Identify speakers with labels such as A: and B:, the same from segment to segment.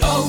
A: Oh,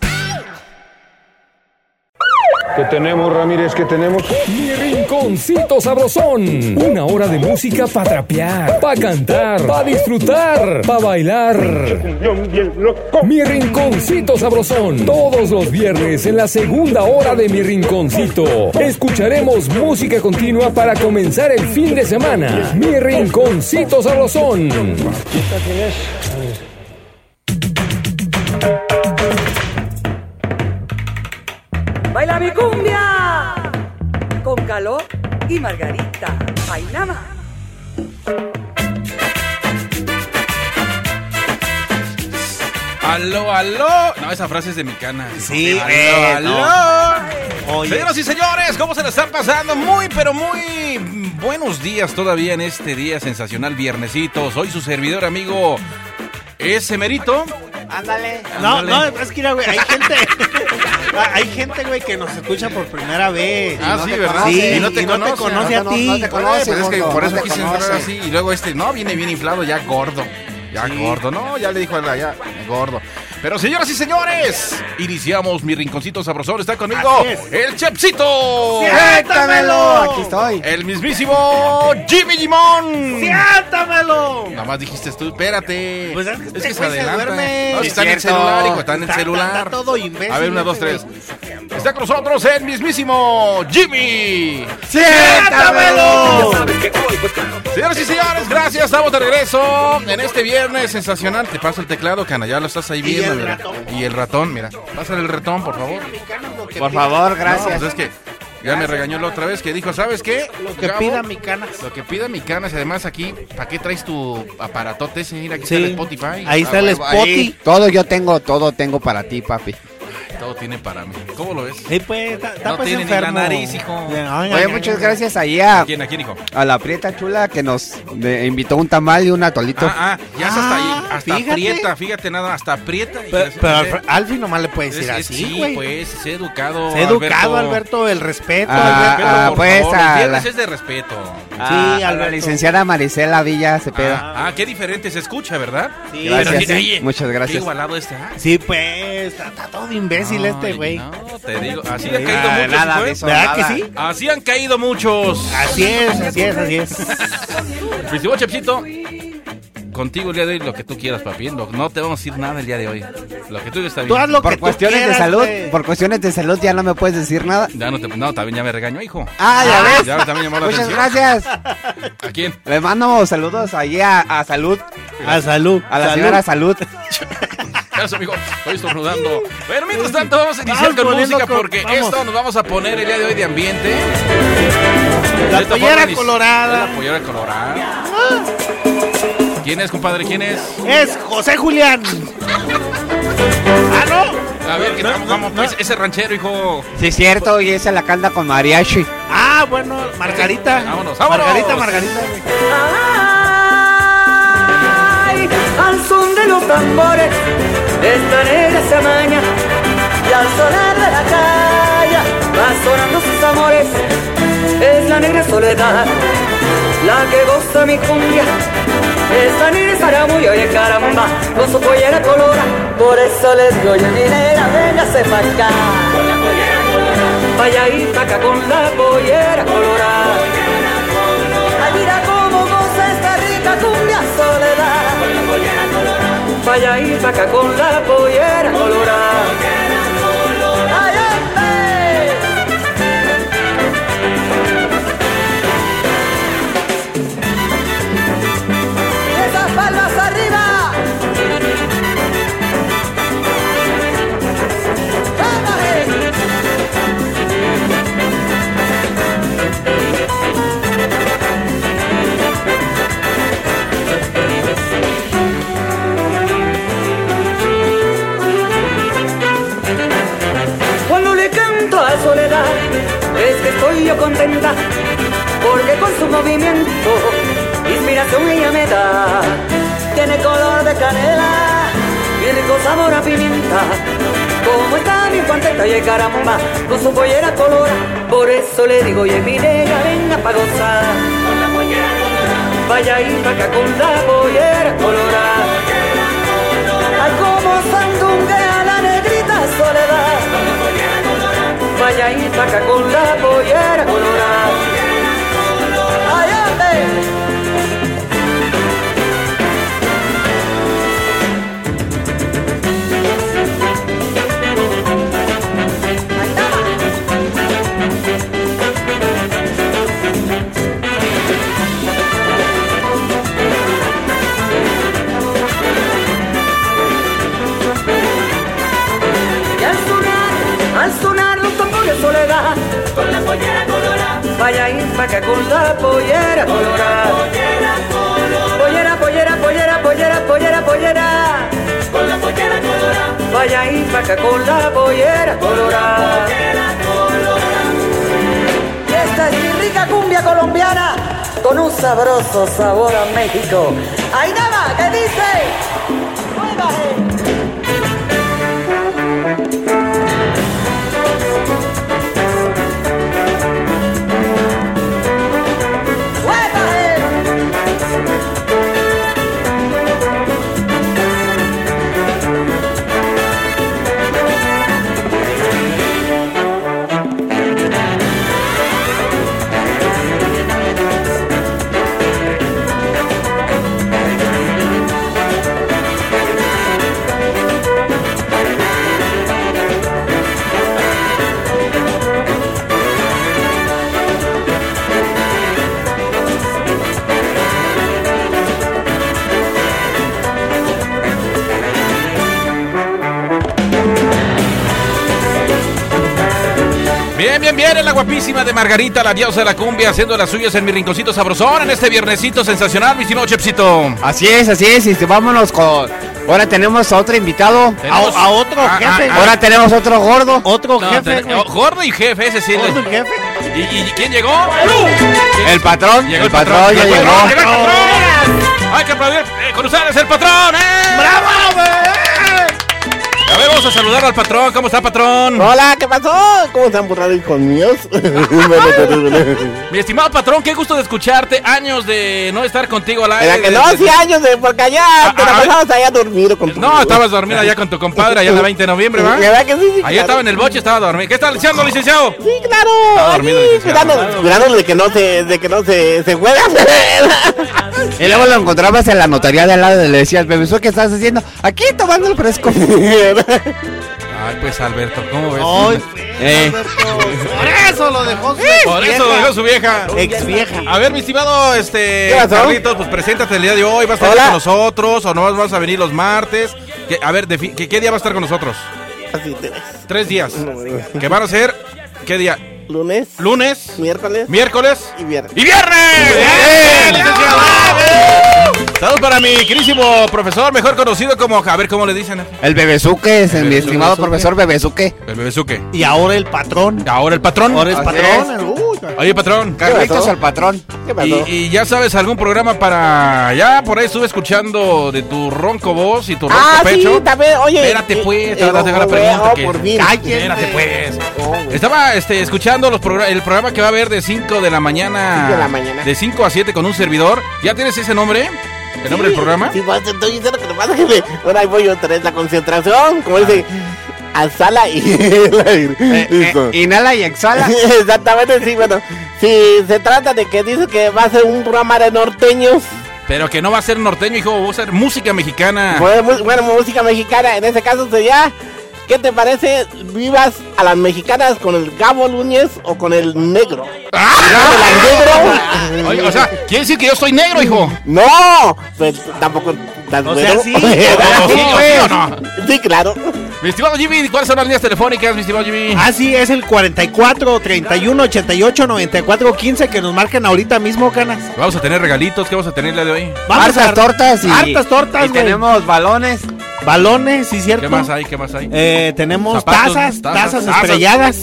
B: ¿Qué tenemos, Ramírez? ¿Qué tenemos?
C: Mi rinconcito sabrosón. Una hora de música para trapear, para cantar, para disfrutar, para bailar. Mi rinconcito sabrosón. Todos los viernes en la segunda hora de mi rinconcito. Escucharemos música continua para comenzar el fin de semana. Mi rinconcito sabrosón.
D: ¡Baila mi cumbia! Con Caló y Margarita. Bailama.
E: Aló, aló. No, esa frase es de mi cana.
F: Sí,
E: aló,
F: eh,
E: aló.
F: Oye,
E: Señoras y señores, ¿cómo se la están pasando? Muy, pero muy buenos días todavía en este día sensacional viernesito. Soy su servidor amigo ese merito.
F: ándale. No, no,
E: Ándale.
F: es que mira, güey, hay gente. hay gente, güey, que nos escucha por primera vez.
E: Ah, sí, ¿verdad?
F: Sí,
E: y no te conoce.
F: conoce a
G: no,
F: ti.
G: no te conoce,
E: Pero es que
G: gordo,
E: por
G: no
E: eso
G: te
E: quise
G: conoce.
E: entrar así. Y luego este, no, viene bien inflado, ya gordo. Ya gordo, no, ya le dijo a la, ya gordo. Pero señoras y señores, iniciamos mi rinconcito sabrosón. Está conmigo
F: Así es.
E: el Chepsito.
F: ¡Siéntamelo!
G: Aquí estoy.
E: El mismísimo Jimmy Jimón.
F: ¡Siéntamelo!
E: Nada más dijiste tú, espérate.
F: Pues es que este güey se duerme.
E: No,
F: Sí,
E: está en el
F: cierto.
E: celular, hijo, está en el
F: Está-
E: celular.
F: está todo imbécil
E: A ver, una,
F: ese
E: dos, tres.
F: güey.
E: Está con nosotros el mismísimo Jimmy.
F: ¡Siéntamelo!
E: Señoras y señores, gracias. Estamos de regreso en este viernes sensacional. Te paso el teclado, Cana. Ya lo estás ahí
F: Y el
E: viendo, mira.
F: ratón.
E: Y el ratón, mira. Pásale el ratón, por favor.
F: Por
G: Por
F: favor.
G: favor,
E: No,
G: gracias.
E: pues es que ya me regañó la otra vez que dijo, ¿sabes qué?
F: Lo que
E: Gabo,
F: pida mi cana.
E: Lo que pida mi canas, además aquí, ¿para qué traes tu aparatote ese? Mira, aquí
F: Sí.
E: está el Spotify.
F: Ahí está el
E: Ah, huevo, ahí
F: Spotify.
G: Todo yo tengo, todo tengo para ti, papi.
E: Todo tiene para mí. ¿Cómo lo ves?
F: Sí, pues, está, está
E: No
F: pues
E: tiene ni la
F: enfermo.
E: nariz, hijo.
F: Bien, ay,
G: Oye,
F: ay,
G: muchas
F: ay.
G: gracias ahí a,
E: ¿Quién, a quién, hijo? Ah,
G: a la prieta chula que nos de- invitó un tamal y un atolito.
E: Ah, ah, ya es hasta ahí.
F: Ah,
E: Hasta
F: fíjate.
E: aprieta, fíjate nada, hasta aprieta.
F: Pe- Pero, Alf- Alfie nomás le puedes
E: Es-
F: decir
E: es-
F: así,
E: sí,
F: güey.
E: pues, sé educado.
F: Se ha educado, Alberto, el respeto,
G: Ah,
F: Alberto.
G: ah,
E: por
G: pues,
E: favor,
G: a
E: los viernes
G: la-
E: es de respeto.
G: Ah,
F: sí,
G: a
F: Alberto.
G: la licenciada Maricela Villa Cepeda.
E: Ah, ah, qué diferente se escucha, ¿verdad?
F: Sí.
E: Pero
G: Gracias,
E: sí, oye,
G: muchas
E: qué
G: gracias.
E: igualado este. ah.
F: Sí, pues, está, está todo imbécil este,
E: Ay,
F: güey.
E: No, te digo, así
F: Sí.
E: han caído
G: Ah,
E: muchos.
G: nada
E: hijo,
G: de
E: ¿eh?
G: eso.
F: ¿Verdad que
G: nada.
F: sí?
E: Así han caído muchos.
G: Ah,
F: Así es, así es, así es.
E: Principal Chepsito, contigo el día de hoy lo que tú quieras, papi. No, no te vamos a decir nada el día de hoy. Lo que tú está bien.
F: Tú haz lo que
G: Por
F: tú
G: cuestiones
F: quieras,
G: de salud,
F: güey.
G: por cuestiones de salud ya no me puedes decir nada.
E: Ya no, te, no, también ya me regañó, hijo.
G: Ah, ya ves.
E: Ya también llamó la
G: Muchas
E: atención.
G: gracias.
E: ¿A quién?
G: Le mando saludos ahí a, a salud,
F: A salud.
G: a la
F: salud.
G: señora salud.
E: Gracias, amigo. Estoy estornudando. Bueno, mientras tanto, vamos a iniciar
F: Vamos
E: con
F: poniendo
E: música
F: con-
E: porque
F: vamos.
E: esto nos vamos a poner el día de hoy de ambiente.
F: La
E: De esta
F: pollera
E: forma,
F: colorada. Ah.
E: La pollera colorada. ¿Quién es, compadre? ¿Quién es?
F: Es José Julián. ah, no.
E: A ver, que
F: No,
E: vamos,
F: no,
E: vamos, pues, ese ranchero, hijo.
G: Sí, es cierto, y esa la canta con mariachi.
F: Ah, bueno, Margarita.
E: Vámonos, vámonos.
F: Margarita, Margarita. güey.
D: ¡Ay! Al son de los tambores, estaré se amaña. Y al sonar de la calle, van sonando sus amores. Es la negra soledad, la que goza mi cumbia. Es la negra Saramuy, oye caramba, con su pollera colora. Por eso les doy el dinero, véngase pa' acá. Vaya y taca con la pollera colorada. Ay, mira cómo goza esta rica cumbia soledad. Vaya y saca con la pollera colorada. ¡Ay, hombre! ¡Esas palmas arriba! ¡Vamos, eh! Cuando le canto a Soledad, es que estoy yo contenta. porque con su movimiento, inspiración ella me da. Tiene color de canela y rico sabor a pimienta. Como está mi cuanteta y caramba, con su pollera colora, por eso le digo, oye, mi negra, venga pa' gozar. Vaya y acá con la pollera colorada. Ay, como sandunguea la negrita soledad. Vaya y saca con la pollera colorada. eh. Ay, hombre. Y al sonar, al sonar los tambores soledad. Con la pollera colorada. Vaya impaca con la pollera colorada. Pollera, pollera, pollera, pollera, pollera, pollera. Con la pollera colorada. Vaya impaca con la pollera colorada. Esta es mi rica cumbia colombiana con un sabroso sabor a México. ¡Ay, nada! ¿Qué dice? ¡Muévase! ¡Muévase!
E: Bien, bien, bien, es la guapísima de Margarita, la diosa de la cumbia, haciendo las suyas en mi rinconcito sabrosón en este viernesito sensacional, mi estimado Chepsito.
G: Así es, así es. Y vámonos con. Ahora tenemos a otro invitado.
F: A, a otro
E: Ah,
F: jefe.
E: ah,
G: Ahora tenemos otro gordo.
F: Otro
E: No,
F: jefe.
E: ten-
F: güey.
E: oh, gordo y jefe, ese sí.
F: Otro jefe.
E: ¿Y, y quién llegó?
G: El patrón.
E: Llegó
G: el patrón, ya
E: Llegó el
G: llegó.
E: patrón, llegó el patrón. Hay que aplaudir eh, con ustedes el patrón, ¿eh?
F: ¡Bravo, güey!
E: A ver, vamos a saludar al patrón. ¿Cómo está, patrón?
H: Hola, ¿qué pasó? ¿Cómo están burrados hijos míos? pues, ¿Verdad
E: Mi estimado patrón, qué gusto de escucharte. Años de no estar contigo al aire.
H: que
E: de-
H: no?
E: de-
H: Sí, años de por callar, te
E: Ah,
H: la
E: ah,
H: pasabas allá dormido con tu-
E: No, estabas dormida allá con tu compadre, allá en la 20 de noviembre, ¿va?
H: ¿Verdad que sí? sí
E: Allá estaba en el boche, estaba dormido. ¿Qué está diciendo, licenciado?
H: Sí, claro,
E: Estaba dormido,
H: allí,
E: licenciado,
H: cuidando,
E: claro.
H: cuidando de que no se, de que no se, se juega.
G: Y luego lo encontrabas en la notaría de al lado y le decías, bebé, ¿qué estás haciendo? Aquí tomando el fresco.
E: Ay, pues Alberto, ¿cómo ves?
F: Ay,
G: Eh.
F: Por eso lo dejó su
E: Por eso lo dejó su vieja.
F: ex vieja.
E: A ver, mi estimado este
H: ¿Qué pasó?
E: Carlitos, pues preséntate el día de hoy. ¿Vas a estar
H: Hola.
E: con nosotros o no vas a venir los martes? Que- a ver, defi- que- ¿qué día va a estar con nosotros?
H: Así te ves.
E: Tres días.
H: No, hombre.
E: ¿Qué van a ser? ¿Qué día?
H: Lunes,
E: ¿Lunes?
H: miércoles
E: ¿Miércoles?
H: y viernes.
E: ¡Y viernes! ¡Bien, licenciado! Saludos para mi querísimo profesor, mejor conocido como. A ver cómo le dicen.
G: El bebezuque, es el- mi
E: Bebezuque.
G: estimado profesor bebezuque.
E: El bebezuque.
F: Y ahora el patrón.
E: Ahora el patrón.
F: Ahora es
G: Así
F: patrón. el- Uy,
E: Oye, patrón.
G: Carlitos al patrón.
H: ¿Qué
E: Y,
H: pasó?
E: y ya sabes, algún programa para. Ya por ahí estuve escuchando de tu ronco voz y tu ronco
H: Ah,
E: pecho.
H: sí, también, oye.
E: Espérate,
H: eh,
E: pues, te
H: eh,
E: vas a dejar la
H: oh,
E: pregunta.
H: oh,
E: que-
H: por fin.
E: Espérate, pues.
H: Oh, güey.
E: Estaba este, escuchando los progra- el programa que va a haber de 5 de la mañana.
H: Cinco de la mañana.
E: De 5 a 7 con un servidor. ¿Ya tienes ese nombre? ¿El nombre del
H: Sí,
E: programa?
H: Sí, pues, estoy diciendo que lo pasa que me- ahora ahí voy otra vez la concentración, como dice, a sala y el aire.
G: Eh, eh,
H: Listo.
G: inhala y exhala.
H: Exactamente, sí, bueno, si se trata de que dice que va a ser un programa de norteños,
E: Pero que no va a ser norteño, hijo. Va a ser música mexicana.
H: pues, mu- bueno, música mexicana, en ese caso sería, ¿qué te parece vivas a las mexicanas con el Gabo Núñez o con el negro? ¿Con el
E: ¡Ah! Oye,
H: negro?
E: o sea, quiere decir que yo soy negro, hijo.
H: No, pues tampoco tan
F: O sea,
H: güero.
F: sí.
E: ¿O sí, o sí o
H: Pues.
E: no?
H: Sí, claro.
E: Mi estimado Jimmy, ¿cuáles son las líneas telefónicas, mi estimado Jimmy?
F: Ah, sí, es el 44 31 88 94 15 que nos marcan ahorita mismo, canas.
E: Vamos a tener regalitos. ¿Qué vamos a tener el día de hoy?
F: Vamos
G: Hartas
F: a-
G: tortas y.
F: hartas tortas,
G: y
F: güey.
G: tenemos balones.
F: Balones, sí, cierto.
E: ¿Qué más hay? ¿Qué más hay?
F: Eh, tenemos
E: Zapatos,
F: tazas,
E: tazas,
F: tazas,
E: tazas.
F: estrelladas.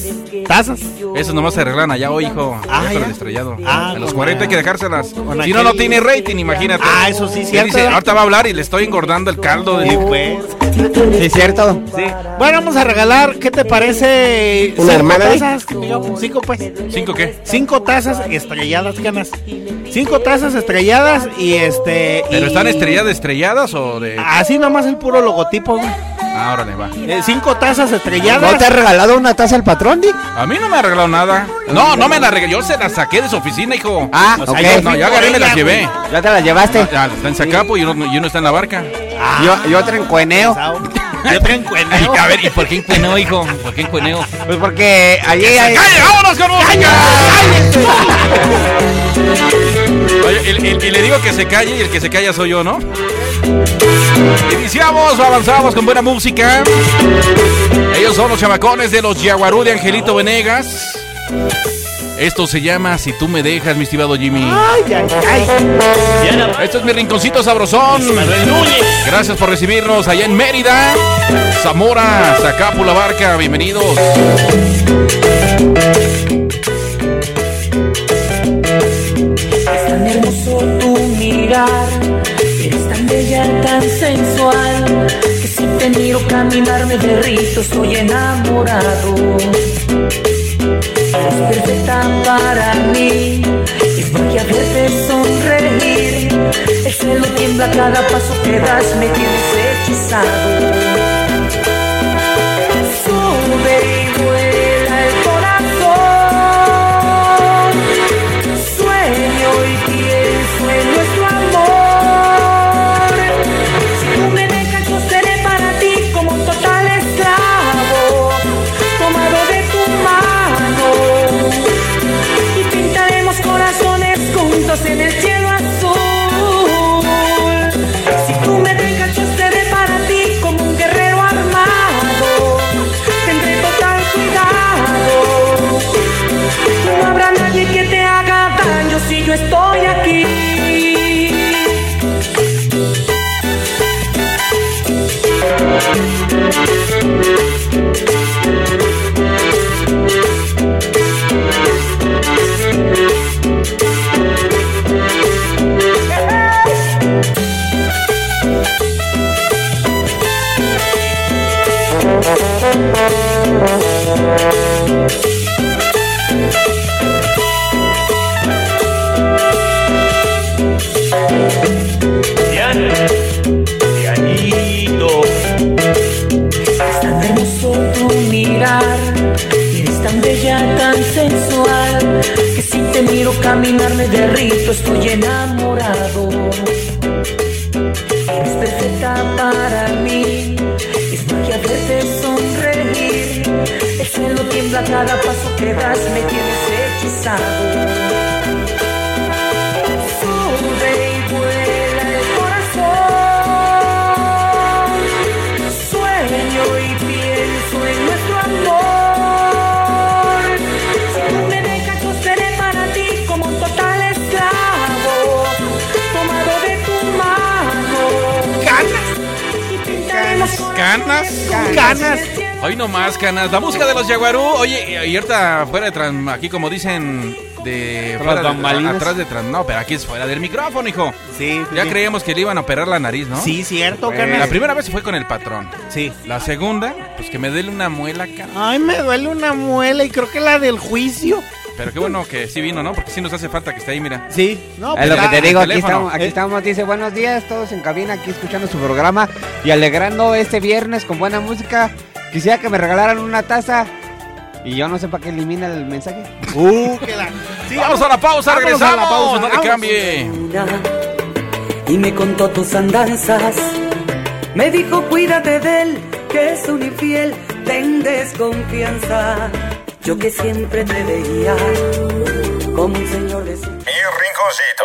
F: Tazas.
E: Eso nomás se arreglan allá hoy, hijo.
F: Ah,
E: Esto
F: ya.
E: del estrellado.
F: Ah,
E: a los
F: con
E: 40
F: la-
E: hay que dejárselas.
F: con
E: Si no, no
F: aquel-
E: tiene rating, imagínate.
F: Ah, eso sí,
E: Que
F: cierto.
E: dice, ahorita va a hablar y le estoy engordando el caldo.
F: Sí,
E: del-
F: pues.
G: Sí, cierto.
F: Sí. Bueno, vamos a regalar, ¿qué te parece?
I: Una hermana, ¿eh?
F: tazas, yo, cinco pues.
E: ¿Cinco qué?
F: Cinco tazas estrelladas, canas. Cinco tazas estrelladas y este.
E: ¿Pero
F: y-
E: están estrelladas, estrelladas o de.?
F: Así nomás el puro logotipo, güey.
E: Ah, órale, va.
F: Eh, cinco tazas estrelladas.
G: ¿No te has regalado una taza al patrón, Dick?
E: A mí no me ha arreglado nada. No, no me la arreglé. Yo se la saqué de su oficina, hijo.
G: Ah,
F: O sea,
G: ok.
F: yo
E: No, yo agarré y me las llevé.
G: ¿Ya te la llevaste?
E: Ah, está en Zacapo y uno, y uno está en la barca.
G: Yo, yo trencueneo.
F: Ah, Yo te encuentro.
E: a ver, ¿y por qué encueneo, hijo? ¿Por qué encueneo?
G: Pues porque allí hay...
E: ¡Calle, vámonos con música! Oye, el- el- Y le digo que se calle y el que se calla soy yo, ¿no? Iniciamos, avanzamos con buena música. Ellos son los chamacones de los Yaguarú de Angelito Venegas. Esto se llama Si tú me dejas, mi estimado Jimmy. Esto es mi rinconcito sabrosón. Gracias por recibirnos allá en Mérida. Zamora, Zacapu, La Barca, bienvenidos.
A: Es tan hermoso tu mirar, eres tan bella, tan sensual, que si te miro caminar me derrito, soy enamorado. Eres perfecta para mí, es magia verte sonreír, el cielo tiembla cada paso que das, me tienes hechizado. Sube y vuela el corazón. Sueño y pienso en nuestro amor. Si tú me dejas, yo seré para ti como un total esclavo, tomado de tu mano. Y pintaremos corazones juntos en el cielo azul. Si tú me dejas, yo seré para ti como un guerrero armado. Tendré total cuidado. No habrá nadie que te haga daño si yo estoy aquí. Es tan hermoso tu mirar, eres tan bella, tan sensual, que si te miro caminar me derrito, estoy enamorado. Eres perfecta para mí, es magia verte sonreír, el cielo tiembla cada paso que das, me tienes hechizado. Sube y vuela el corazón, sueño y pienso en nuestro amor. Si tú me dejas, yo seré para ti como un total esclavo, tomado de tu mano. Canas,
E: Canas.
A: canas,
F: Canas.
E: Hoy nomás, canas. La música de los Yaguarú. Oye, y ahorita fuera de trans. Aquí, como dicen, de. fuera de-
F: bambalinas.
E: atrás de trans. No, pero aquí es fuera del micrófono, hijo.
F: Sí,
E: Ya
F: sí.
E: creíamos que le iban a operar la nariz, ¿no? Eh,
F: Sí, cierto,
E: La
F: canas.
E: primera vez fue con el patrón.
F: Sí.
E: La segunda, pues que me déle una muela, canas.
F: Ay, me duele una muela y creo que la del juicio.
E: Pero qué bueno que sí vino, ¿no? Porque sí nos hace falta que esté ahí, mira.
F: Sí. No,
G: Es
F: pues
G: lo que
F: la-
G: te digo, aquí
E: teléfono.
G: estamos, aquí
F: Eh.
G: estamos, dice buenos días, todos en cabina, aquí escuchando su programa y alegrando este viernes con buena música. Quisiera que me regalaran una taza y yo no sé para qué elimina el mensaje.
F: Uh, que la- Sí,
E: Vamos a la pausa,
F: Vámonos a la
E: regresamos.
F: pausa,
E: no le
F: vamos.
E: cambie.
A: y me contó tus andanzas. Me dijo, cuídate de él, que es un infiel, ten desconfianza. Yo que siempre te veía como un señor de su...
D: Mi rinconcito.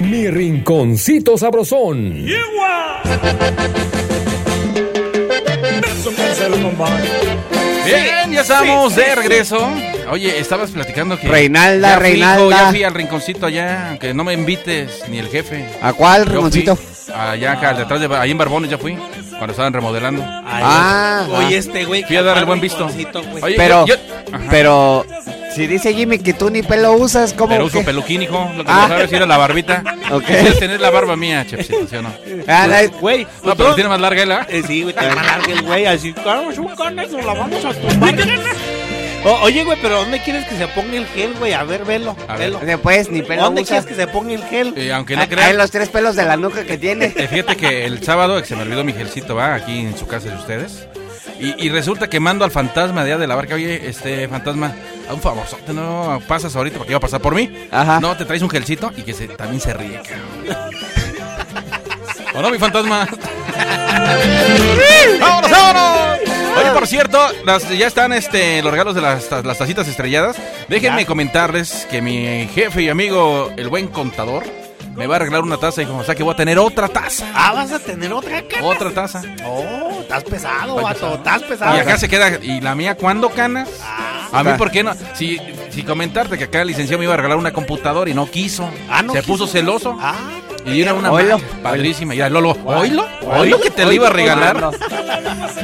C: Mi rinconcito sabrosón.
E: Bien, ya estamos de regreso. Oye, estabas platicando que.
G: Reinalda,
E: ya fui,
G: Reinalda.
E: hijo, ya fui al rinconcito allá, aunque no me invites ni el jefe.
G: ¿A cuál,
E: Yo
G: Ramoncito?
E: fui Allá, acá, detrás de. Ahí en Barbones ya fui, cuando estaban remodelando.
G: Ah, ah.
F: Oye, este güey.
E: Fui a dar el buen visto. Oye,
G: Pero,
E: yo- yo- Ajá.
G: pero, si dice Jimmy que tú ni pelo usas, ¿cómo
E: Pero uso
G: que?
E: peluquín, hijo. Lo que
G: Ah.
E: no sabes ir a la barbita.
G: Ok.
E: Quieres tener la barba mía, chepsito, ¿sí o no?
G: Ah, la-
F: Güey,
E: Pues, No, pero
F: nosotros-
E: tiene más larga él, ¿ah?
F: Eh, sí, güey, está más larga el güey. Así, vamos, un carne, nos la vamos a tumbar. O- oye, güey, pero ¿dónde quieres que se ponga el gel, güey? A ver, velo.
E: A ver.
F: velo.
G: Después Eh, pues, ni pelo
F: ¿Dónde
G: usas. Ah,
F: quieres que se ponga el gel?
E: Eh, aunque no
G: Hay
E: creas.
G: los tres pelos de la nuca que tiene.
E: Eh, Fíjate que el sábado que se me olvidó mi gelcito, va, aquí en su casa de ustedes. Y, y resulta que mando al fantasma de allá de la barca, oye, este fantasma, a un famosote, no pasas ahorita porque iba a pasar por mí.
G: Ajá.
E: No, te traes un gelcito y que se, también se ríe, cabrón. ¿O no, mi fantasma? ¡Vámonos, vámonos! Oye,
F: Ah.
E: por cierto, las- ya están este, los regalos de las, ta- las tacitas estrelladas. Déjenme comentarles que mi jefe y amigo, el buen contador, me va a arreglar una taza y como, o sea que voy a tener otra taza.
F: Ah, vas a tener otra cara.
E: Otra taza.
F: Oh, estás pesado,
E: Voy
F: vato.
E: pesado.
F: Estás
E: Y
F: pesado.
E: acá se queda. ¿Y la mía cuándo, canas?
F: Ah.
E: A mí, ¿por qué no? Si, si comentarte que acá el licenciado me iba a regalar una computadora y no quiso.
F: Ah, no
E: se
F: quiso.
E: puso celoso.
F: Ah,
E: Y era una
G: Oilo.
E: Mac padrísima. Y a Lolo, ¿oilo?
G: Oilo.
E: ¿Oilo que te la iba a regalar?
G: No, no.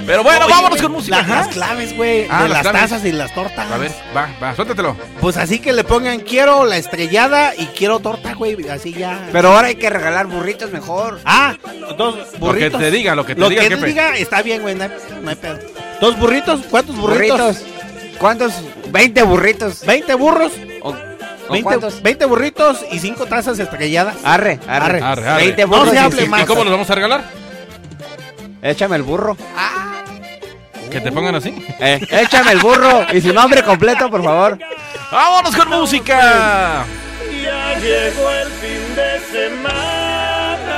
E: Pero bueno,
F: oye,
E: vámonos
F: güey,
E: con música.
F: la-
E: ajá.
F: las claves, güey.
E: Ah,
F: de
E: las
F: las,
E: claves.
F: tazas y las tortas.
E: A ver, va, va, suéltatelo.
F: Pues así que le pongan quiero la estrellada y quiero torta, güey. Así ya.
G: Pero ahora hay que regalar burritos mejor.
F: Ah, dos
E: Lo que
F: burritos.
E: te diga, lo que te diga,
F: que
E: jefe.
F: diga está bien, güey. No hay, no hay pedo. Dos burritos, ¿cuántos burritos?
G: Burritos. ¿Cuántos? 20 burritos.
F: ¿20 burros?
G: ¿O, o
F: 20,
G: cuántos?
F: 20 burritos y cinco tazas estrelladas.
G: Arre, arre.
F: Arre,
E: arre, arre.
G: 20
F: No
G: burros.
F: se
G: y
F: hable
G: cinco
F: más.
E: ¿Y
G: tazas.
E: cómo los vamos a regalar?
G: Échame el burro.
E: Que te pongan así.
G: Eh, échame el burro. Y su nombre completo, por favor.
E: ¡Vámonos con música!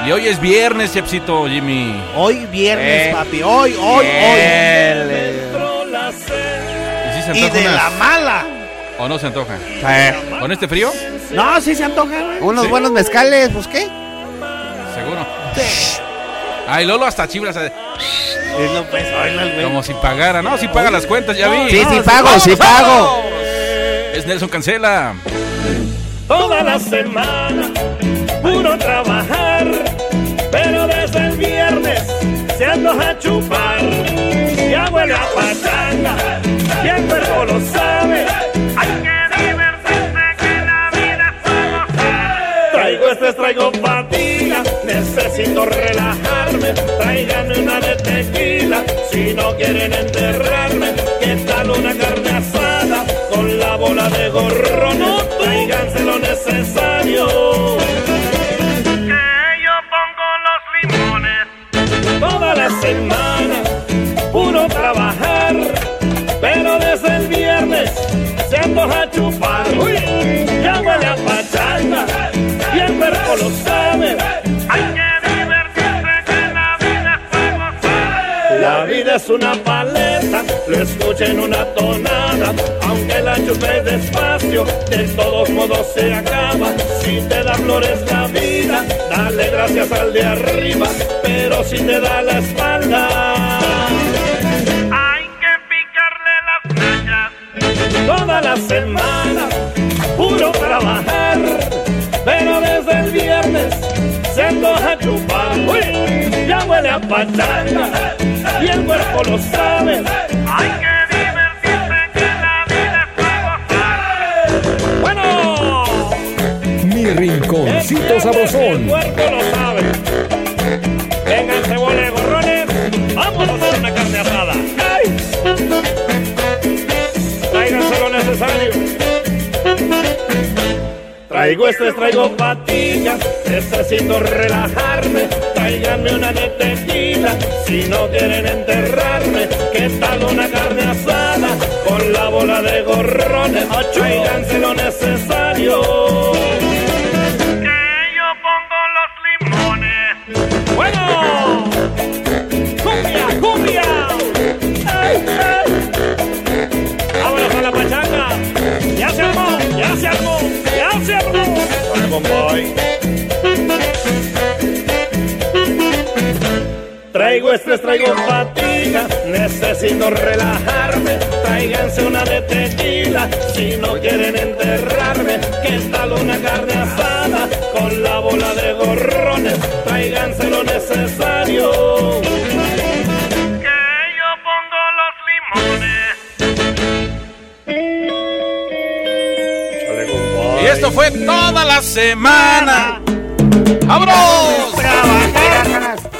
E: Y hoy es viernes, Chepsito, Jimmy.
F: Hoy viernes,
G: Eh.
F: papi. Hoy, hoy,
G: El-
E: ¿Y si se
F: hoy. Y
E: antoja
F: de la
E: unas-
F: mala.
E: ¿O no se antoja?
G: eh,
E: ¿Con este frío?
F: No, sí se antoja, güey.
G: unos buenos mezcales, pues qué.
E: Seguro. Ay, Lolo hasta chibras.
F: Sí, no, pues, oílo, güey.
E: Como si pagara. No, si paga las cuentas, ya vi.
G: Sí, sí pago,
E: ¡Vámonos,
G: sí pago.
E: vámonos! Es Nelson Cancela.
J: toda la semana, puro trabajar, pero desde el viernes se antoja chupar, ya huele a pachanga, y el cuerpo lo sabe, hay que divertirse que la vida es Traigo este, traigo patina, necesito relajarme, tráiganme una de tequila, si no quieren enterrarme, ¿qué tal una carne asada con la bola de gorro? No, tráiganse lo necesario. Que yo pongo los limones toda la semana, puro trabajar, pero desde el viernes se antoja chupar. Uy, ya huele a pachanga, y el cuerpo lo sabe. Hay que divertirse que la vida es para gozar. La vida es una paleta, lo escuchen una tonada, aunque la chupe despacio, de todos modos se acaba. Si te da flores la vida, dale gracias al de arriba, pero si te da la espalda. Hay que picarle las flechas toda la semana, puro trabajar, pero desde el viernes se antoja chupar. Uy, ya huele a pachanga y el cuerpo lo sabe. Hay que divertirse que la vida es para gozar. Bueno,
C: Mi
J: el
C: rinconcito
J: viernes el
C: sabrosón.
J: cuerpo lo sabe. Vengan cebolla gorrones, vamos a hacer una carne asada. ¡Ay! Tráiganse lo necesario. Traigo este, traigo patillas, necesito relajarme, tráiganme una de tequila, si no quieren enterrarme, ¿qué tal una carne asada con la bola de gorrones? Tráiganse lo necesario. Que yo pongo los limones. Bueno, cumbia, cumbia. Ay, ay. Vámonos a la pachanga. Ya se armó, ya se armó, ya se armó. este, Traigo estrés, traigo fatiga, necesito relajarme. tráiganse una de tequila, si no quieren enterrarme, que tal una carne asada con la bola de gorrones, tráiganse lo necesario.
E: Y esto fue toda la semana. ¡Vámonos!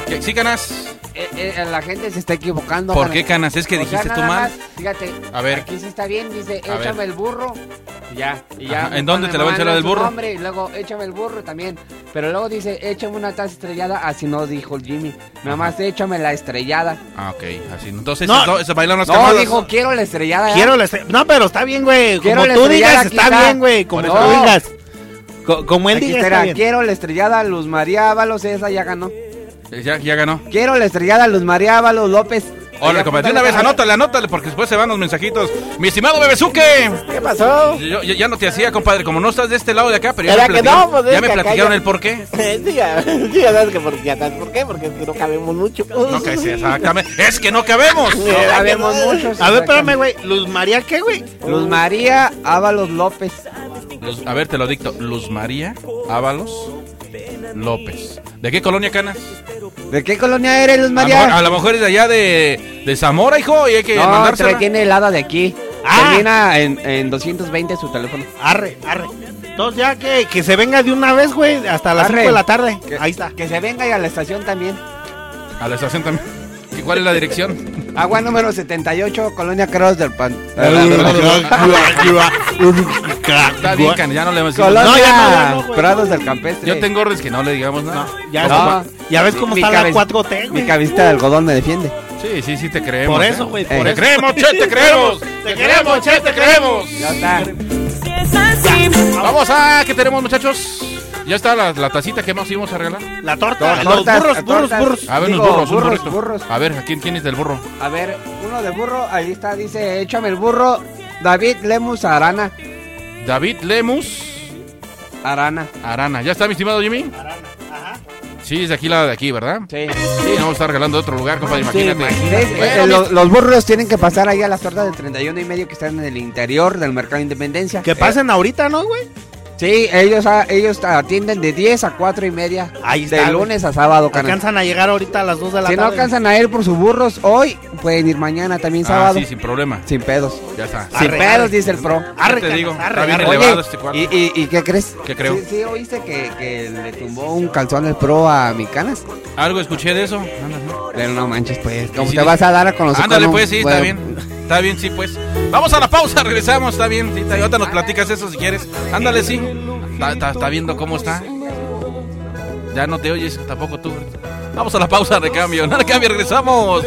E: ¿Qué- ¿Sí, Canas?
G: Eh, eh, la gente se está equivocando.
E: ¿Por qué, Canas? Es que
G: O sea,
E: dijiste tú
G: nada
E: mal.
G: más, fíjate,
E: A ver.
G: aquí sí está bien, dice,
E: A ver.
G: échame el burro. y Ya, y ya.
E: Ajá, ¿en dónde
G: pone
E: te la voy a echar la
G: mano
E: del
G: su
E: burro?
G: nombre, y luego, échame el burro también. Pero luego dice, échame una taza estrellada. Así no dijo el Jimmy. Nada más, échame la estrellada.
E: Ah, ok. Así. Entonces,
G: No.
E: eso- eso bailaron las
G: No,
E: camadas.
G: dijo, quiero la estrellada. ¿eh?
F: Quiero la estre- No, pero está bien, güey.
G: Quiero
F: Como
G: la
F: tú
G: estrellada,
F: digas, está
G: aquí está.
F: bien, güey. Como
G: No.
F: tú digas. Co- como él
G: Aquí
F: diga,
G: estará,
F: está bien.
G: quiero la estrellada Luz María Ábalos, esa ya ganó.
E: Eh, Ya, ya ganó.
G: Quiero la estrellada Luz María Ábalos López.
E: Órale,
G: Allá,
E: compadre, de una
G: apúntale,
E: vez,
G: carnal.
E: anótale, anótale, porque después se van los mensajitos. Mi estimado Bebezuque.
H: ¿Qué pasó?
E: Yo, yo- ya no te hacía, compadre, como no estás de este lado de acá, pero ya
H: ¿Era
E: me
H: que no?
E: platicaron,
H: Pues es
E: ya me
H: que acá
E: platicaron
H: ya-
E: el por qué.
H: Eh, sí, ya, sí, ya sabes que por, ya sabes por qué, porque es que no cabemos mucho.
E: No, que sí, exactamente. Es que no cabemos.
H: No cabemos
G: muchos.
F: A ver, espérame, güey. ¿Luz María qué, güey?
G: Luz María Ábalos López.
E: Luz- a ver, te lo dicto. Luz María Ábalos López. ¿De qué colonia, Canas?
G: ¿De qué colonia eres, Luz
E: A lo, mejor,
G: María?
E: a lo mejor es de allá de, de Zamora, hijo, y hay que
G: No,
E: mandársela.
G: te tiene helada de aquí.
F: Ah.
G: Termina en, en 220 su teléfono.
F: Arre, arre. Entonces ya que, que se venga de una vez, güey, hasta las
G: Arre.
F: 5 de la tarde.
G: Que-
F: Ahí está.
G: Que se venga y a la estación también.
E: A la estación también. ¿Qué- ¿Cuál es la dirección?
G: Agua número 78, Colonia Cross del Pan.
E: Está bien, Canas, ya no le vamos a decir
G: Colonia
E: nada.
F: No, ya no, ya no, güey.
G: Prados del Campestre.
E: Yo tengo órdenes que no le digamos nada.
F: Ya,
G: No.
F: ya ves
G: Mi-
F: cómo
G: mi
F: está la
G: cabez-
F: 4T,
G: Mi
F: güey.
G: cabecita de algodón me defiende.
E: Sí, sí, sí, te creemos.
F: Por
E: ¿eh?
F: eso, güey.
G: Eh.
F: Por
E: Te
F: eso.
E: creemos, che, te creemos. Te queremos, che, te creemos.
G: Ya está.
E: Vamos a, ¿qué tenemos, muchachos? Ya está la, la tacita que más íbamos a regalar.
F: La torta.
G: Tortas,
F: los burros,
G: tortas.
F: burros, burros.
E: A ver,
G: Digo,
E: los burros, un
G: burros,
E: burrito.
G: burros.
E: A ver, ¿a quién, quién es del burro?
G: A ver, uno de burro, ahí está, dice, échame el burro. David Lemus Arana.
E: David Lemus
G: Arana.
E: Arana. ¿Ya está, mi estimado Jimmy? Arana, ajá. Sí, es de aquí la de aquí, ¿verdad?
G: Sí.
E: Sí, no vamos a estar regalando de otro lugar, compadre, imagínate. Bueno,
G: Eh, los, los burros tienen que pasar ahí a las tortas del 31 y medio que están en el interior del mercado de Independencia.
H: Eh.
G: Eh,
F: Que pasen ahorita, ¿no, güey?
G: Sí, ellos, a- ellos atienden de 10 a 4 y media.
F: Ahí está,
G: De
F: güey.
G: lunes a sábado, carnal.
F: Alcanzan a llegar ahorita a las 2 de la
G: Si no
F: tarde.
G: alcanzan a ir por sus burros hoy, pueden ir mañana también
E: Ah,
G: sábado.
E: sí, sin problema.
G: Sin pedos.
E: Ya está.
G: Sin
F: Arre,
G: pedos,
F: arre.
G: dice el pro.
F: Arre,
E: Ya te
F: Canas,
E: digo,
F: arre,
E: está bien
F: arre.
E: elevado
G: Oye,
E: este cuarto.
G: ¿y, y, y qué crees?
E: ¿Qué creo?
G: ¿Sí, sí oíste que, que le tumbó un calzón el pro a mi canas?
E: Algo escuché de eso. Ándale.
G: Pero no manches, pues. ¿Cómo
E: sí,
G: te
E: sí.
G: vas a dar a conocer?
E: Ándale,
G: con un-
E: pues, sí, está
G: bueno,
E: bien. Está bien, sí, pues. Vamos a la pausa, regresamos, está bien. Sí, está bien. Ahorita nos platicas eso si quieres. Ándale, sí. Está, está- está viendo cómo está. Ya no te oyes, tampoco tú. Vamos a la pausa de cambio. Nada cambia, regresamos.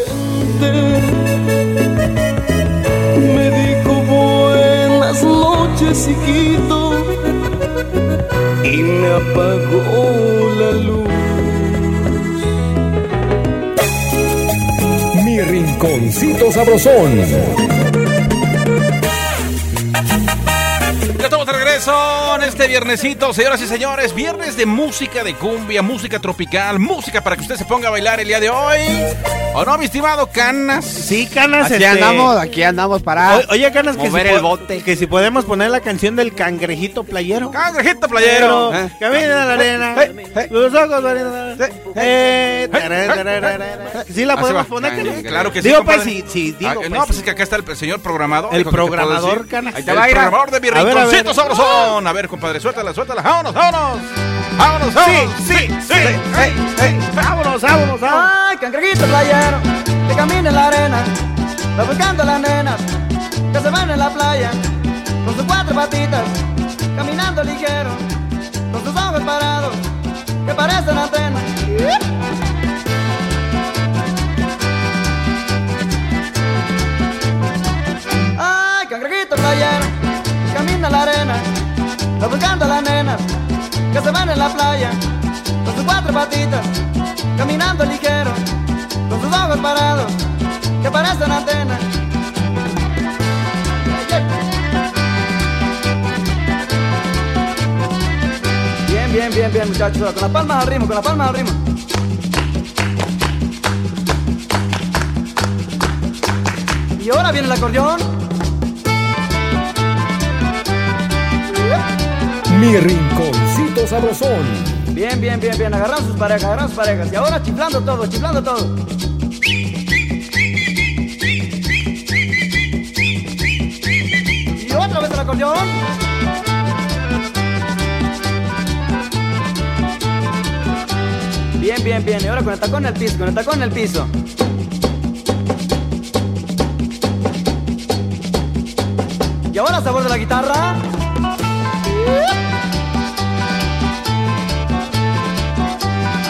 J: Me dijo buenas noches, chiquito, y me apagó la luz.
C: Mi rinconcito sabrosón.
E: Ya estamos de regreso en este viernesito, señoras y señores. Viernes de música de cumbia, música tropical, música para que usted se ponga a bailar el día de hoy. ¿O no, mi estimado Canas?
F: Sí,
E: Pues,
F: Canas,
G: Aquí
F: este-
G: andamos, aquí andamos para.
F: O- Oye, Canas, que si,
G: Mover el
F: po-
G: bote.
F: que si podemos poner la canción del cangrejito playero.
E: ¡Cangrejito playero! Ah.
G: Eh.
F: Camina en la arena.
G: Eh, eh.
F: Los ojos brillan.
G: Eh,
F: Eh, tarara, tarara. Sí la
E: Así
F: podemos
E: va.
F: poner.
E: Can-
F: Canas?
E: Claro que sí.
F: Digo, pues,
E: compadre.
F: sí, sí, digo,
E: Ah,
F: pues,
E: no, pues
F: sí.
E: es que acá está el señor programador.
F: El
E: dijo que te puedo
F: programador,
E: decir.
F: Canas.
E: Ahí
G: te
E: está
G: va,
E: el
G: mira.
E: programador de mi
F: A ver, a ver.
E: rinconcito sabrosón. A ver, compadre, suéltala, suéltala. ¡Vámonos, vámonos! ¡Vámonos, vámonos!
F: Sí, sí, sí.
E: sí.
F: Vámonos, vámonos, vámonos.
D: Ay, cangrejito playero, que camina en la arena, va buscando a las nenas que se van en la playa, con sus cuatro patitas, caminando ligero, con sus ojos parados, que parecen antenas. Ay, cangrejito playero, camina en la arena, va buscando a las nenas que se van en la playa, con sus cuatro patitas, caminando ligero, con sus ojos parados, que parecen antenas. Bien, bien, bien, bien, muchachos, con las palmas al ritmo, con las palmas al ritmo. Y ahora viene el acordeón.
C: Mi rinconcito sabrosón.
D: Bien, bien, bien, bien. Agarran sus parejas, agarran sus parejas. Y ahora chiflando todo, chiflando todo. Y otra vez el acordeón. Bien, bien, bien. Y ahora con el tacón en el piso, con el tacón en el piso. Y ahora sabor de la guitarra.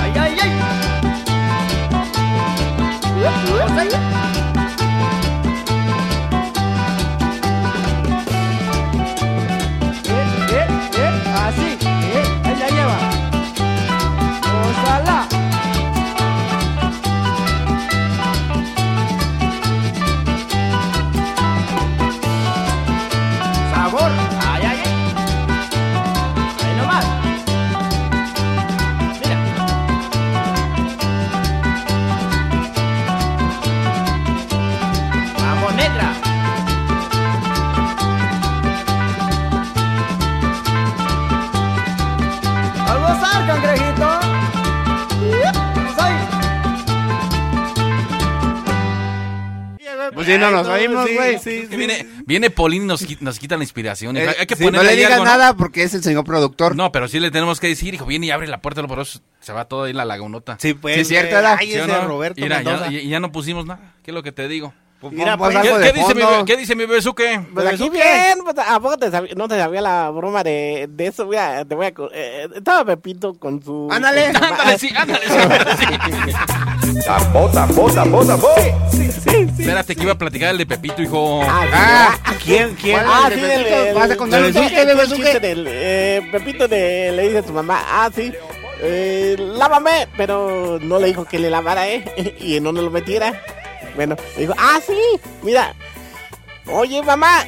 D: ¡Ay, ay, ay! Eh, eh, eh, así, eh, ahí la lleva. Gózala. Sabor, ay, ay, ay. Ahí nomás. Vamos, negra.
H: Pues
D: Al gozar, cangrejito. Soy.
H: Pues si no nos oímos, güey.
E: Es que viene, viene Paulín y nos, qui- nos quita la inspiración. hijo.
G: Eh,
E: Hay que
G: sí, no
E: ponerle
G: le
E: ahí
G: digas
E: algo, ¿no?
G: nada porque es el señor productor.
E: No, pero sí le tenemos que decir, hijo, viene y abre la puerta, lo por eso se va todo ahí la lagunota.
F: Sí, pues.
G: Sí, es cierto,
F: güey.
G: era.
F: Ay,
E: ¿Sí o
F: ese
E: no?
F: Roberto
E: Mira,
F: Mendoza.
E: ya, ya- ya no pusimos nada. ¿Qué es lo que te digo?
F: Mira,
G: Pon- pon
F: pues,
G: algo
E: ¿Qué,
G: de
E: qué dice mi,
G: fondo.
E: be- ¿Qué dice mi besuque?
H: Pues aquí bien, pues, ¿a poco te sabía- no te sabía la broma de, de eso? Voy a- te voy a co- eh, estaba Pepito con su...
G: Ándale.
E: Ándale, sí, ándale, sí, ándale, sí.
B: Tapó, tapó, tapó, tapó.
E: Espérate que iba a platicar el de Pepito, hijo.
G: Ah,
F: ¿Quién? ¿Quién?
H: Ah, sí,
G: ¿El
H: del-
G: de
H: del-
G: Pepito? ¿Vas a contar un
H: del- del-
G: chiste, bebé,
H: del
G: o qué?
H: chiste del, eh, Pepito de- le dice a su mamá, ah, sí, eh, lávame, pero no le dijo que le lavara, ¿eh? y no lo metiera. Bueno, le dijo, ah, sí, mira, oye, mamá,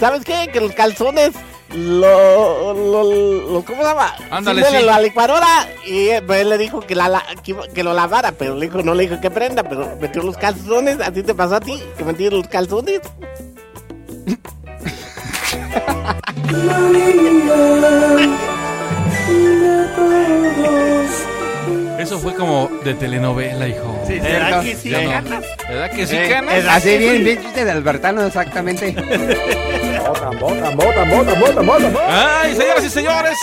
H: ¿sabes qué? Que los calzones... Lo, lo, lo- ¿cómo se llama?
E: Ándale,
H: Sírvele
E: sí.
H: la licuadora y eh, pues, él le dijo que, la, la- que, iba- que lo lavara, pero le dijo, no le dijo que prenda, pero metió los calzones, a ti te pasó a ti, que metí los calzones.
E: Eso fue como de telenovela, hijo. Sí,
F: ¿Será que sí?
E: ya no. ¿Verdad que sí,
G: eh,
E: Cana?
G: es así bien, bien chiste de Albertano, exactamente.
B: Tapó, tapó, tapó, tapó, tapó, tapó.
E: Ay, señoras y señores,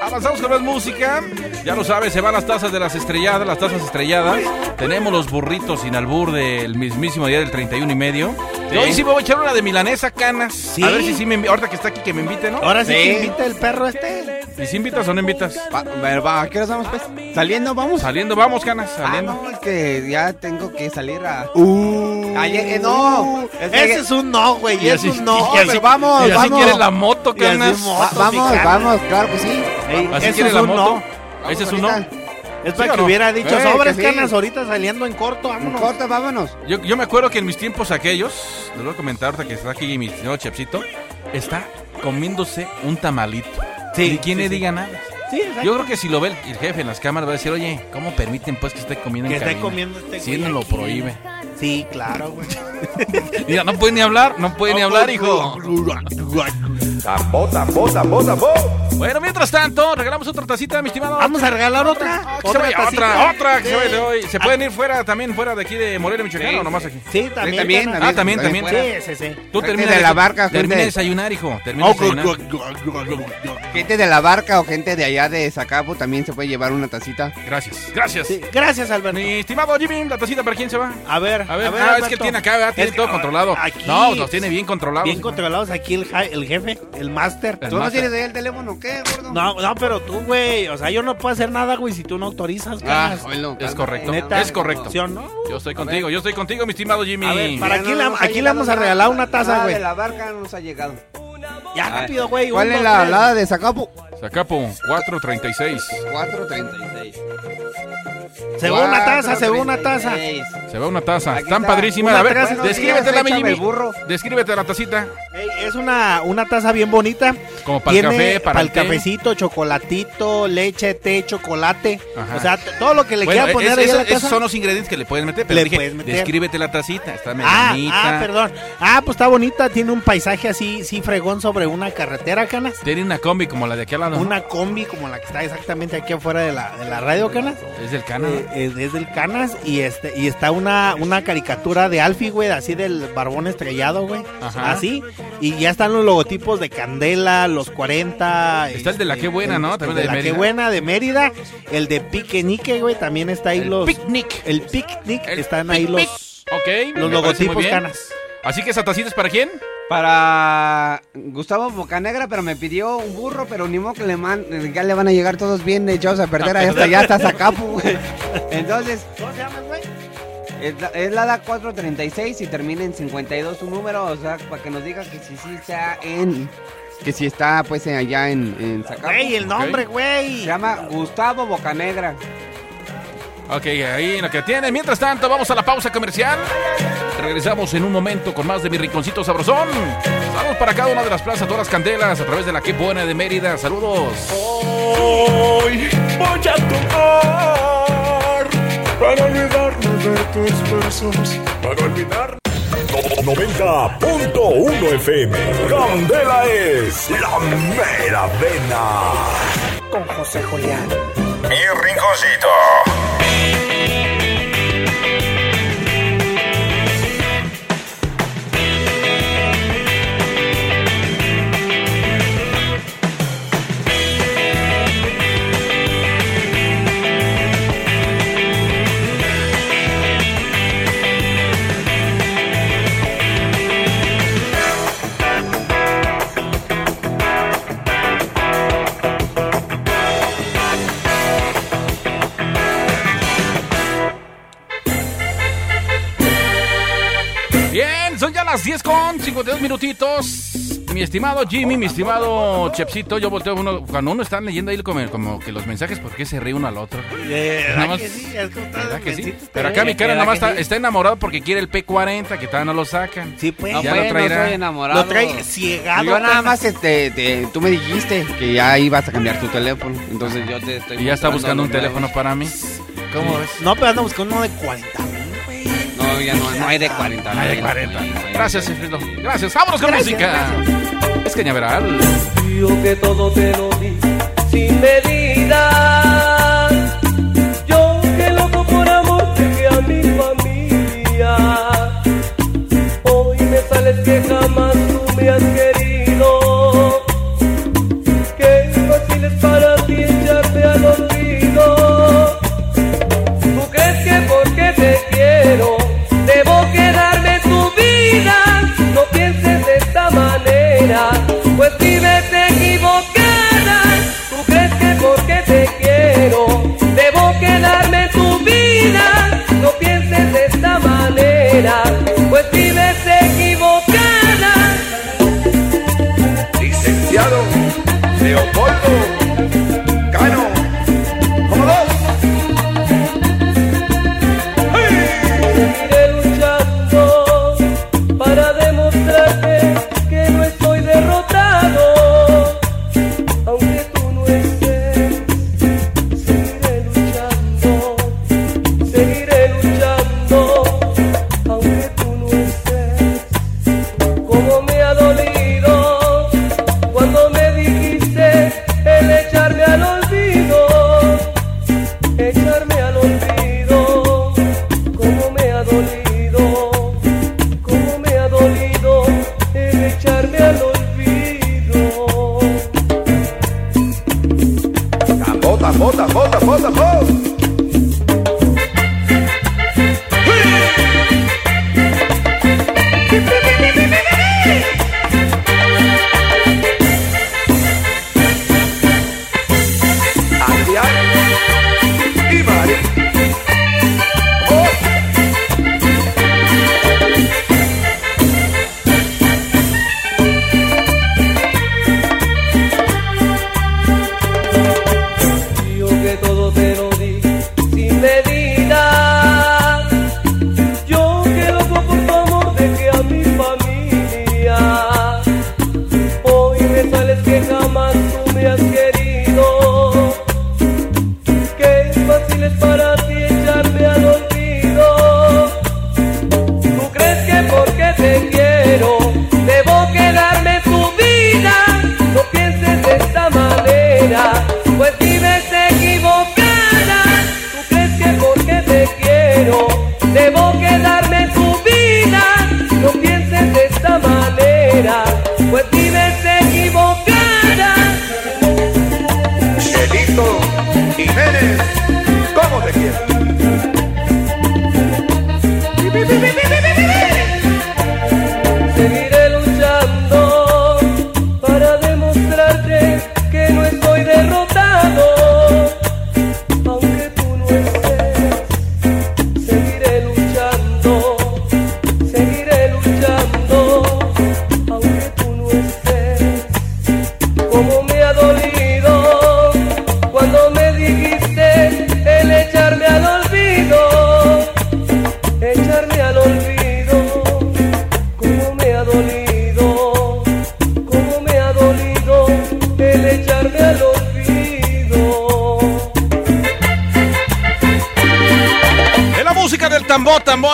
E: avanzamos con más música. Ya lo sabes, se van las tazas de las estrelladas, las tazas estrelladas. Tenemos los burritos sin albur del mismísimo día del 31 y medio. Y Hoy sí me voy a echar una de milanesa canas. A ver si sí me invi- ahorita que está aquí que me invite, ¿no?
F: Ahora sí,
G: Sí.
F: que invita el perro este.
E: ¿Y si invitas o no invitas?
G: Va- bueno, va, ¿A qué horas vamos, pues? ¿Saliendo vamos?
E: Saliendo, vamos, canas,
G: Ah,
E: saliendo.
G: no, es que ya tengo que salir a...
F: Uh,
G: Ayer- eh, no, es que-
F: ese es un no, güey.
E: Y
F: Es
E: así-
F: un no.
G: No, pero vamos,
E: Y así
G: vamos.
E: quieres la moto,
F: Y así
E: canas.
F: mo-
G: Va- vamos,
F: Mexicana.
G: vamos, claro que sí.
F: Ey,
E: Así
F: ese
E: quieres
F: es
E: la
F: un
E: moto.
G: Vamos
E: Ese es un no.
G: ahorita.
F: Es
E: ¿Sí
F: para
E: o
F: que
E: no?
F: hubiera dicho
G: Eh,
F: sobres,
G: que sí.
F: canas, ahorita saliendo en corto. Vámonos.
G: Corta, vámonos.
E: Yo, yo me acuerdo que en mis tiempos aquellos, les voy a comentar ahorita que está aquí mi señor Chepsito, está comiéndose un tamalito.
F: Sí,
E: Ni quien
F: sí,
E: le
F: sí.
E: diga nada.
F: Sí, exacto.
E: Yo creo que si lo ve el, el jefe en las cámaras va a decir, oye, ¿cómo permiten pues que esté comiendo
F: que
E: en
F: está
E: cabina?
F: comiendo este
E: Si
F: güey
E: no lo
F: aquí.
E: prohíbe.
F: Sí, claro, güey.
E: Mira, no puede ni hablar, no puede ni hablar, hijo.
B: Tapó, tapó, tapó, tapó.
E: Bueno, mientras tanto, regalamos otra tacita, mi estimado.
F: Vamos a regalar otra.
E: Ah, que se
F: Otra,
E: vaya,
F: tacita.
E: otra, otra que se
F: Sí. Ah.
E: vaya de hoy. ¿Se pueden ir fuera también, fuera de aquí de Morelia, Michoacán
G: Sí,
E: o nomás aquí?
F: Sí, también.
G: también,
F: canas.
E: Ah, también,
G: También
E: también.
G: fuera.
F: Sí, sí, sí.
E: Tú
G: Gente
E: termina
G: de la barca,
E: termina de
G: gente.
E: desayunar, hijo. Termina de
F: Oh,
E: desayunar.
G: Gente de la barca o gente de allá de Zacapu también se puede llevar una tacita.
E: Gracias, gracias.
F: Sí, Gracias, Alberto.
E: Mi estimado Jimmy, la tacita para quién se va.
F: A ver,
E: A ver, ah, es que él
F: Alberto.
E: tiene acá, ¿verdad? tiene
F: Es que,
E: todo
F: ah,
E: controlado.
F: aquí,
E: no, nos tiene bien controlados.
F: Bien controlados aquí el, ja- el jefe, el máster.
E: El
G: ¿Tú no
E: máster.
G: tienes ahí el teléfono o qué, gordo?
F: No, no, pero tú, güey. O sea, yo no puedo hacer nada, güey, si tú no autorizas.
E: Ah,
F: canas.
G: Oilo,
E: es
G: cálmate.
E: correcto,
F: Neta.
E: es correcto.
F: ¿Sí o no?
E: Yo estoy contigo, yo estoy contigo, mi estimado Jimmy.
F: A ver, para
G: Ya
F: aquí,
G: no
F: la-
G: nos ha
F: aquí le
G: llegado
F: vamos a
G: nada,
F: regalar una taza,
G: nada
F: güey.
G: Ah, de la barca no nos ha llegado.
F: Ya
E: Ah,
F: rápido, güey.
G: ¿Cuál
F: un,
G: es
F: dos,
G: la
F: tres.
G: hablada de Zacapu?
E: Zacapo, 436.
G: 436.
F: Segunda taza, segunda taza.
E: Se va una taza.
G: Aquí
E: Están
G: está.
E: padrísimas.
G: Una
E: A ver,
G: taza, no
E: descríbete
G: digas,
E: la mi
G: échame
E: Jimmy.
G: el burro.
E: Descríbete la tacita.
F: Ey, es una, una taza bien bonita.
E: Como para el café, para el té.
F: cafecito, chocolatito, leche, té, chocolate.
E: Ajá.
F: O sea, t- todo lo que le
E: Bueno, eh,
F: quiera poner
E: es-
F: ahí a
E: eso-
F: la
E: esos
F: taza.
E: son los ingredientes que le puedes meter, pero
F: Le
E: dije,
F: puedes meter.
E: descríbete la tacita. Está
F: Ah,
E: medianita.
F: ah, perdón. Ah, pues está bonita, tiene un paisaje así, sí fregón sobre una carretera, canas.
E: Tiene una combi como la de aquí a la no.
F: una combi como la que está exactamente aquí afuera de la, de la radio, Canas.
E: Es del Cana.
F: Eh, es, es del Canas y este y está una, una caricatura de Alfie, güey, así del barbón estrellado, güey.
E: Ajá.
F: Así. Y ya están los logotipos de Candela, los 40.
E: Está el de la
F: este,
E: Qué Buena,
F: el-
E: ¿no?
F: el
E: También
F: de
E: de
F: la
E: Mérida.
F: Qué Buena de Mérida. El de Piquenique, güey, también está ahí
E: El
F: eh, los.
E: picnic.
F: El Picnic.
E: El
F: están ahí
E: picnic.
F: los, los
E: Ok. me parece muy
F: logotipos
E: bien.
F: Canas.
E: Así que esa tacita es para quién?
G: Para Gustavo Bocanegra, pero me pidió un burro, pero ni modo que le man- ya le van a llegar todos bien echados a perder, ahí hasta ya hasta Zacapu, güey. Entonces,
F: ¿Cómo se llama, güey?
G: es la, es la da 436 y termina en 52 su número, o sea, para que nos diga que si sí está en... Que si está, pues, eh, allá en, en Zacapu.
F: Güey, el nombre,
G: Se
F: güey.
G: llama Gustavo Bocanegra.
E: Ok, ahí lo que tiene. Mientras tanto, vamos a la pausa comercial. Regresamos en un momento con más de mi rinconcito sabrosón. Saludos para cada una de las plazas, todas las candelas, a través de la que buena de Mérida. Saludos.
A: Hoy voy a tomar para olvidarme de tus besos, para olvidar.
C: 90.1 FM. Candela es la mera vena.
K: Con José Julián.
L: Mi rinconcito.
E: Bien, son ya las 10 con 52 minutitos. Mi estimado Jimmy, mi estimado Chepsito, yo volteo uno. Cuando uno están leyendo ahí como, como que los mensajes, ¿por qué se ríe uno al otro?
F: Eh,
E: Nada
F: ¿verdad
E: más-
F: que sí? Es como todas
E: ¿Verdad
F: las
E: que sí?
F: mentitas,
E: Pero
F: eh.
E: acá mi cara
G: ¿Verdad
E: nada más
G: que
E: está,
G: sí?
E: está enamorado porque quiere el P40, que todavía no lo sacan.
F: Sí, pues.
G: No,
E: Ya
G: pues,
E: lo traerá.
G: no soy enamorado.
F: Lo trae ciegado.
G: Yo nada
F: canas.
G: más, este, te- tú me dijiste que ya ibas a cambiar tu teléfono, entonces yo te estoy...
E: Y ya está
G: mostrando
E: buscando un
G: los nuevos.
E: teléfono para mí. ¿Cómo ves?
F: No, pero ando buscando uno de 40 mil, güey.
G: No, ya no, no hay de 40.
E: Ay, de
G: ya,
E: 40.
G: güey, güey.
E: Gracias, Cifrino. Gracias. Vámonos con música. Es cañaveral.
K: Yo que todo te lo di sin medida. Yo que loco por amor llegué a mi familia. Hoy me sales que jamás tú me has querido. Que fácil es para ti echarte al olvido. ¿Tú crees que porque te quiero debo quedarme tu vida? No pienses de esta manera, pues vives equivocada. ¿Tú crees que porque te quiero debo quedarme tu vida? No pienses de esta manera, pues vives equivocada.
C: Licenciado Leopoldo Cano.
K: seguiré luchando para demostrarte que no estoy derrotado. Aunque tú no estés, seguiré luchando, seguiré luchando. Aunque tú no estés, como me ha dolido cuando me dijiste el echarme al olvido echarme al olvido, como me ha dolido, como me ha dolido el echarme al olvido.
C: Tambor, tambor, tambor, tambor, tambor. Adrián y Mari.
K: Yo que todo te lo di
D: pues pues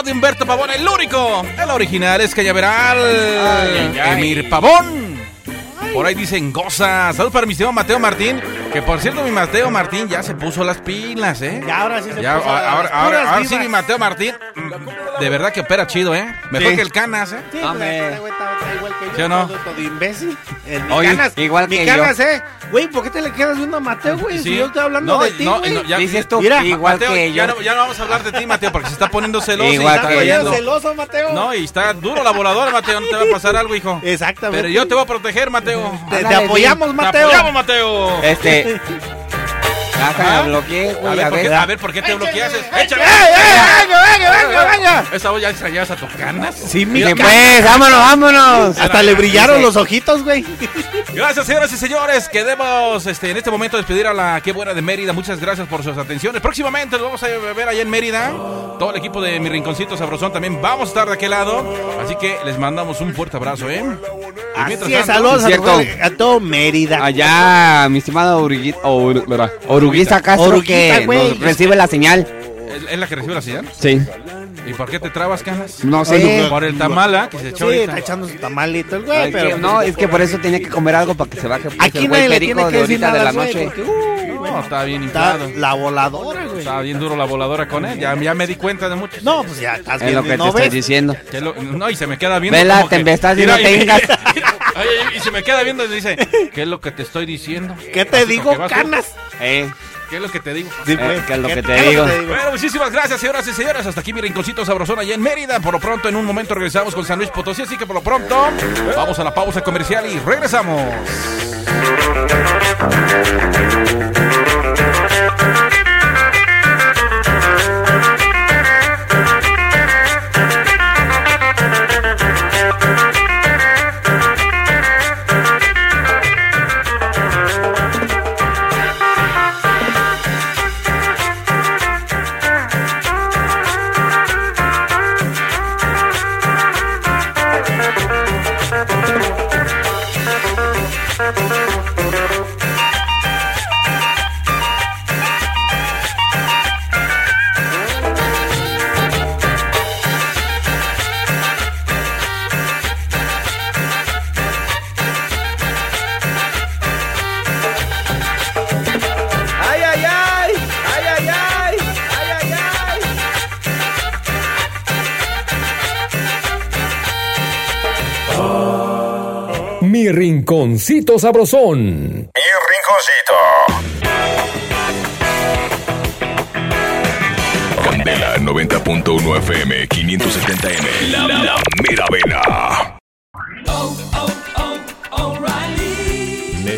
E: de Humberto Pavón, el único. El original es Cañaveral. Emir Pavón. Por ahí dicen cosas. Saludos para mi estimado Mateo Martín. Que por cierto, mi Mateo Martín ya se puso las pilas, ¿eh?
F: Ya ahora sí se
E: Ya,
F: puso
E: ahora,
F: las
E: ahora,
F: puras
E: ahora- ahora sí,
F: vivas.
E: mi Mateo Martín. mm, De verdad que opera chido, ¿eh? Mejor
F: Sí.
E: que el Canas, ¿eh?
F: Sí, pues, este güey está- está igual que yo,
E: ¿Sí o no?
F: todo- todo imbécil. Eh, ni
E: Oye,
F: ganas,
E: igual
F: ni
E: que
F: ganas,
E: yo.
F: ¿eh? Güey, ¿por qué te le quedas viendo a Mateo, güey?
E: Sí.
F: Si yo estoy hablando
E: No,
F: de ti,
E: no,
F: güey.
E: no, ya-
F: Mira,
E: Mateo, ya no, ya no vamos a hablar de ti, Mateo, porque se está poniendo celoso. y
F: Igual
E: está
F: que
E: cayendo.
F: yo. celoso, Mateo.
E: No, y está duro la voladora, Mateo. No te va a pasar algo, hijo.
F: Exactamente.
E: Pero yo te voy a proteger, Mateo.
F: Te- te apoyamos, Mateo.
E: Te apoyamos, Mateo.
F: Este,
E: Ajá.
G: bloqueé,
E: A
G: güey,
E: ver,
G: a
E: por qué-
G: ver.
E: a ver, ¿por qué te bloqueaste? ¡Échale!
F: ¡Eh,
G: venga, venga, venga, venga!
E: Esa voz ya extrañabas a tus canas.
F: Sí, mi
G: Sí,
F: ca-
G: pues, vámonos, vámonos.
F: Hasta le brillaron los ojitos, güey.
E: Gracias, señoras y señores. Queremos este, en este momento despedir a la Qué Buena de Mérida. Muchas gracias por sus atenciones. Próximamente los vamos a ver allá en Mérida. Todo el equipo de Mi Rinconcito Sabrosón también vamos a estar de aquel lado. Así que les mandamos un fuerte abrazo, ¿eh? Y mientras
F: Así es,
E: tanto-
F: saludos a,
G: cierto.
F: todo- a todo Mérida.
G: Allá, mi estimado Oruguita, oh, Oruguita Castro,
F: Oruguita,
G: que
F: güey.
G: nos recibe la señal.
E: ¿Es es la que recibe la señal?
G: Sí.
E: ¿Y por qué te trabas, canas? Eh,
G: No sé.
F: Oye.
E: Por el tamala que se echó
F: Sí,
E: ahorita.
F: está echando su tamalito el
G: Ay,
F: güey,
G: que-
F: pero... pues
G: no, es que por eso tenía que comer algo para que se baje. pues,
F: Aquí
G: el güey
F: nadie le
G: perico
F: tiene que
G: de
F: decir
G: ahorita
F: nada
G: de la
F: al güey,
G: noche.
F: porque, uh,
E: No,
F: bueno,
E: está bien
F: está
E: inflado.
F: la voladora, güey.
E: Está bien duro la voladora con él. Ya, ya me di cuenta de mucho.
F: No, pues ya estás
G: Es
F: bien.
G: lo que
F: ¿no
G: te estoy
F: ves?
G: diciendo.
E: Que lo- no, y se me queda viendo.
G: Vela,
E: como
G: te
E: que-
G: estás y
E: Mira,
G: no
E: y-
G: tengas.
E: Oye, y se me queda viendo y dice, ¿qué es lo que te estoy diciendo?
F: ¿Qué te
E: Así
F: digo,
E: como que vas tú,
F: canas?
G: Eh,
E: ¿Qué es lo que te digo?
F: Sí,
G: eh,
F: pues,
G: que es lo
F: ¿qué-
G: que
F: qué
G: te digo.
E: Bueno, muchísimas gracias, señoras y señores. Hasta aquí mi rinconcito sabrosón allá en Mérida. Por lo pronto, en un momento regresamos con San Luis Potosí. Así que por lo pronto, vamos a la pausa comercial y regresamos.
D: Ay, ay, ay, ay, ay, ay, ay, ay, ay.
C: Mi rinconcito sabrosón.
A: Mi rinconcito.
L: Candela 90.1 FM 570M. La, la mera vena.